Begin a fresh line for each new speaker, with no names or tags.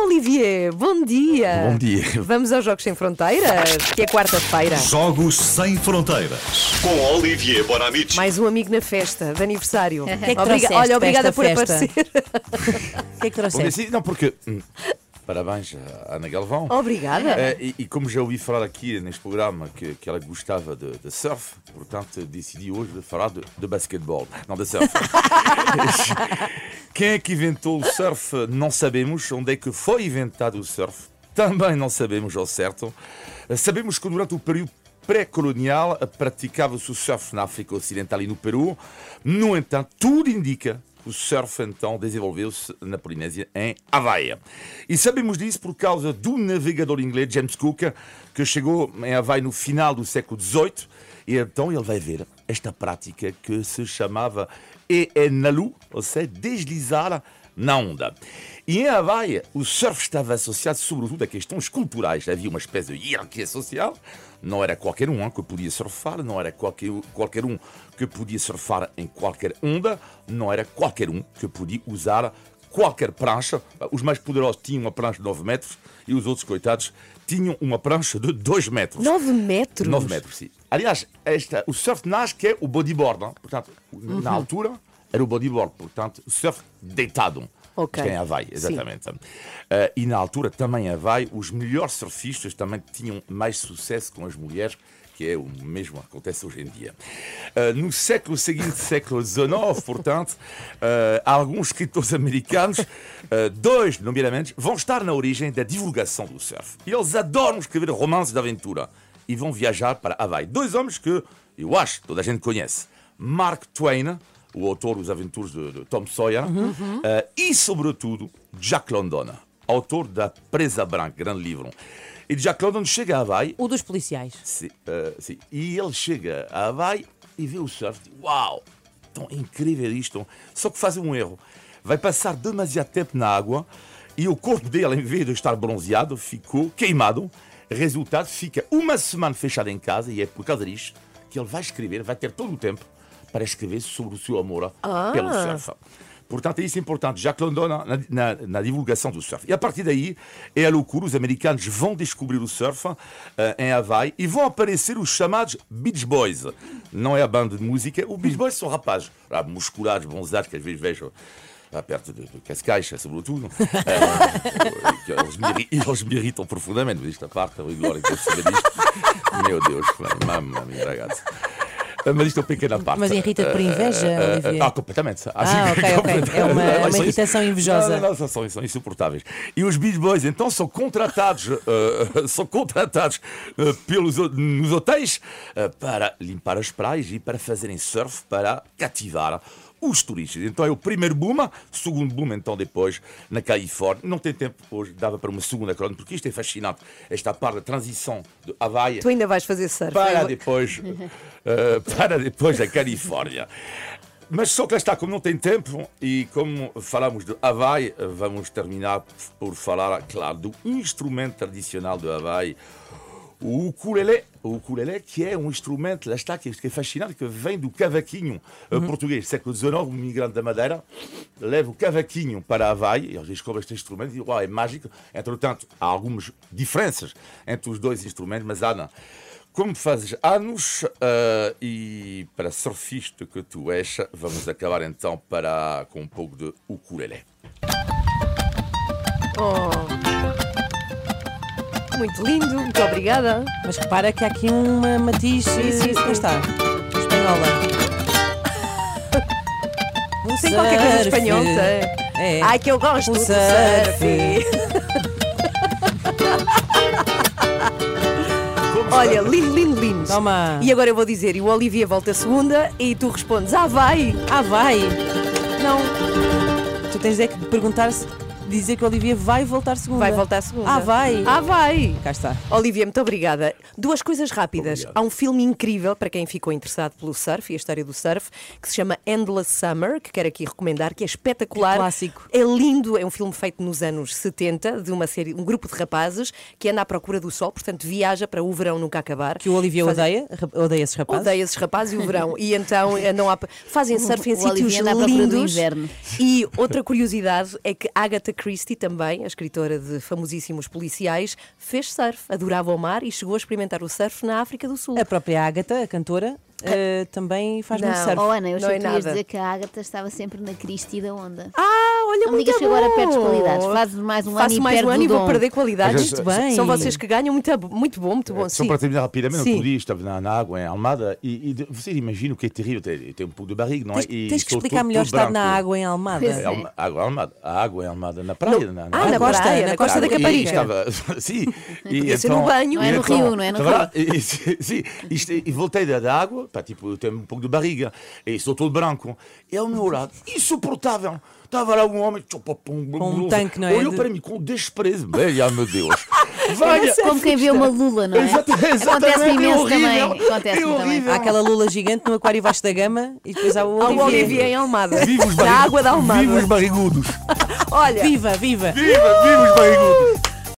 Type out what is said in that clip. Olivier, bom dia.
Bom dia.
Vamos aos Jogos Sem Fronteiras, que é quarta-feira.
Jogos Sem Fronteiras. Com Olivier Bonamici.
Mais um amigo na festa de aniversário.
que é que trouxeste
Olha, obrigada
para
por
esta
aparecer.
O que é que
Bom,
trouxeste?
assim, não, porque. hum, Parabéns à Ana Galvão.
Oh, Obrigada.
Eh, e, e como já ouvi falar aqui neste programa que, que ela gostava de, de surf, portanto decidi hoje de falar de, de basquetebol, não de surf. Quem é que inventou o surf? Não sabemos. Onde é que foi inventado o surf? Também não sabemos ao certo. Sabemos que durante o período pré-colonial praticava-se o surf na África Ocidental e no Peru. No entanto, tudo indica que o surf então desenvolveu-se na Polinésia, em Havaí. E sabemos disso por causa do navegador inglês James Cook, que chegou em Havaí no final do século XVIII. E então ele vai ver esta prática que se chamava ENALU, ou seja, deslizar na onda. E em Havaí, o surf estava associado sobretudo a questões culturais. Havia uma espécie de hierarquia social. Não era qualquer um hein, que podia surfar, não era qualquer, qualquer um que podia surfar em qualquer onda, não era qualquer um que podia usar qualquer prancha. Os mais poderosos tinham uma prancha de 9 metros e os outros, coitados, tinham uma prancha de 2 metros.
9 metros.
9 metros, sim. Aliás, esta, o surf nasce que é o bodyboard. hein? Portanto, na altura era o bodyboard, portanto, surf deitado.
Ok.
Isto é em Havaí, exatamente. Eh, e na altura, também em Havaí, os melhores surfistas também tinham mais sucesso com as mulheres, que é o mesmo que acontece hoje em dia. Eh, no século seguinte, século XIX, portanto, eh, alguns escritores americanos, eh, dois nomeadamente, vão estar na origem da divulgação do surf. E eles adoram escrever romances de aventura e vão viajar para Havaí. Dois homens que eu acho que toda a gente conhece: Mark Twain, o autor dos Aventuras de, de Tom Sawyer, eh, e sobretudo Jack London, autor da Presa Branca, grande livro. E Jack London chega a Havaí
O dos policiais.
Sim, eh, sim. E ele chega a Havaí e vê o surf. diz, Uau! Tão incrível isto. Só que faz um erro. Vai passar demasiado tempo na água e o corpo dele, em vez de estar bronzeado, ficou queimado. Resultado, fica uma semana fechado em casa e é por causa disso que ele vai escrever, vai ter todo o tempo para escrever sobre o seu amor pelo surf. Portanto, é isso importante. Jack London na, na- na divulgação do surf. E a partir daí, é a loucura. Os americanos vão descobrir o surf eh, em Havaí e vão aparecer os chamados Beach Boys. Não é a banda de música. Os Beach Boys são rapazes. Ah, musculados, bonzados, que às vezes vejo lá perto de, de Cascais, sobretudo. Eh, que eles, me, irri- eles me irritam profundamente. Mas Esta parte, o Igor, que eu soube disto. Meu Deus, mamma mia, ragazzi. Mas isto é uma pequena parte.
Mas irrita-te por inveja,
Eh, eh, eh,
Olivier?
Ah, completamente.
Ah, ok, ok. É uma- é uma irritação invejosa.
Não, não, não, são, são insuportáveis. E os Beach Boys, então, são contratados, eh, são contratados eh, pelos, ho- nos hotéis eh, para limpar as praias e para fazerem surf para cativar os turistas. Então é o primeiro boom, segundo boom, então depois na Califórnia. Não tem tempo hoje, dava para uma segunda crónica, porque isto é fascinante. Esta parte da transição de Havaí
Tu ainda vais fazer surf.
para
Eu-
depois, eh, para depois a Califórnia. Mas só que lá está, como não tem tempo e como falamos de Havaí, eh, vamos terminar por falar, claro, do instrumento tradicional de Havaí, o ukulele. O ukulele, que é um instrumento, lá está, que que é fascinante, que vem do cavaquinho eh, português. Século XIX, um imigrante da Madeira leva o cavaquinho para Havaí e eles descobrem este instrumento e dizem, uau, é mágico. Entretanto, há algumas diferenças entre os dois instrumentos, mas Ana, como fazes anos eh, e para surfista que tu és, vamos acabar então para, com um pouco de ukulele.
Oh. Muito lindo, muito obrigada.
Mas repara que há aqui uma matiz.
sim, sim.
Lá está. Espanhola. Não
Tem qualquer coisa espanhola.
É.
Ai, que eu gosto
O
do
surf.
surf. Olha, lindo, lindo, lindo.
Toma.
E agora eu vou dizer, e o Olivia volta segunda e tu respondes, ah, vai.
Ah, vai! Não. Tu tens é que perguntar se. Dizer que a Olivia vai voltar segunda.
Vai voltar segunda.
Ah, vai!
Ah, vai.
Cá está.
Olivia, muito obrigada. Duas coisas rápidas.
Obrigado.
Há um filme incrível para quem ficou interessado pelo surf e a história do surf, que se chama Endless Summer, que quero aqui recomendar, que é espetacular.
Que clássico.
É lindo, é um filme feito nos anos 70, de uma série, um grupo de rapazes que anda à procura do sol, portanto viaja para o verão nunca acabar.
Que o Olivia
Fazem-
odeia, rap- odeia esses rapazes.
Odeia esses rapazes e o verão. E então andam a... fazem surf em
O Olivier
sítios
anda à procura do
lindos.
inverno.
E outra curiosidade é que Agatha Christie, também, a escritora de famosíssimos policiais, fez surf, adorava o mar e chegou a experimentar o surf na África do Sul.
Ah,
A própria Ágata, a cantora, eh, também faz muito
Não.
surf.
Oh,
Oh, Ana, eu
Não
achei
é
que tu ias
nada.
dizer que a Agatha estava sempre na Cristi da onda.
Ah, olha,
Não me
muito
digas que
bom.
agora perdes qualidades. Fazes mais um ano
Faço
e
mais um
perdes
ano
o
e vou
dom.
perder qualidades.
Mas,
Muito
eh,
bem. São
sim.
vocês que ganham. Muito, ab- muito bom, muito bom.
Só
sim.
para terminar rapidamente,
Sim.
outro dia estava na, na água em Almada e, e de- vocês imaginam o que é terrível, tem, tem um pouco de barriga, não
Tens,
é? E
tens que
sou
explicar
todo-
melhor
todo
estar na
branco.
água em Almada.
Pois
É,
é.
Alma- água em Almada, a água em Almada, na praia. Na,
Ah, na
Na costa,
praia,
na
na costa
costa
da
da
E
Caparica.
estava, sim, e
Podia ser no banho.
Não é
e
no
então-
rio, não é no
estava- e- sim, sim, isto- e voltei da, da água, pá, tipo, eu tenho um pouco de barriga, e sou todo branco. E ao meu lado, insuportável. Estava lá um homem, tchopá, pum, blum,
um
blum,
tanque, não é?
Olhou
De-
para mim com um desprezo. Velha, meu Deus. Velha,
Como quem vê uma lula, não é?
Exata-
Acontece
exatamente,
imenso
é horrível,
também. Acontece
é
também.
horrível.
Há aquela lula gigante no aquário baixo da gama e depois há o
Ao
Olivier.
Olivier em Almada.
Viva os
Na
barrigudos.
água da Almada.
Viva os barrigudos.
Olha,
Viva, viva!
Viva, viva os barrigudos.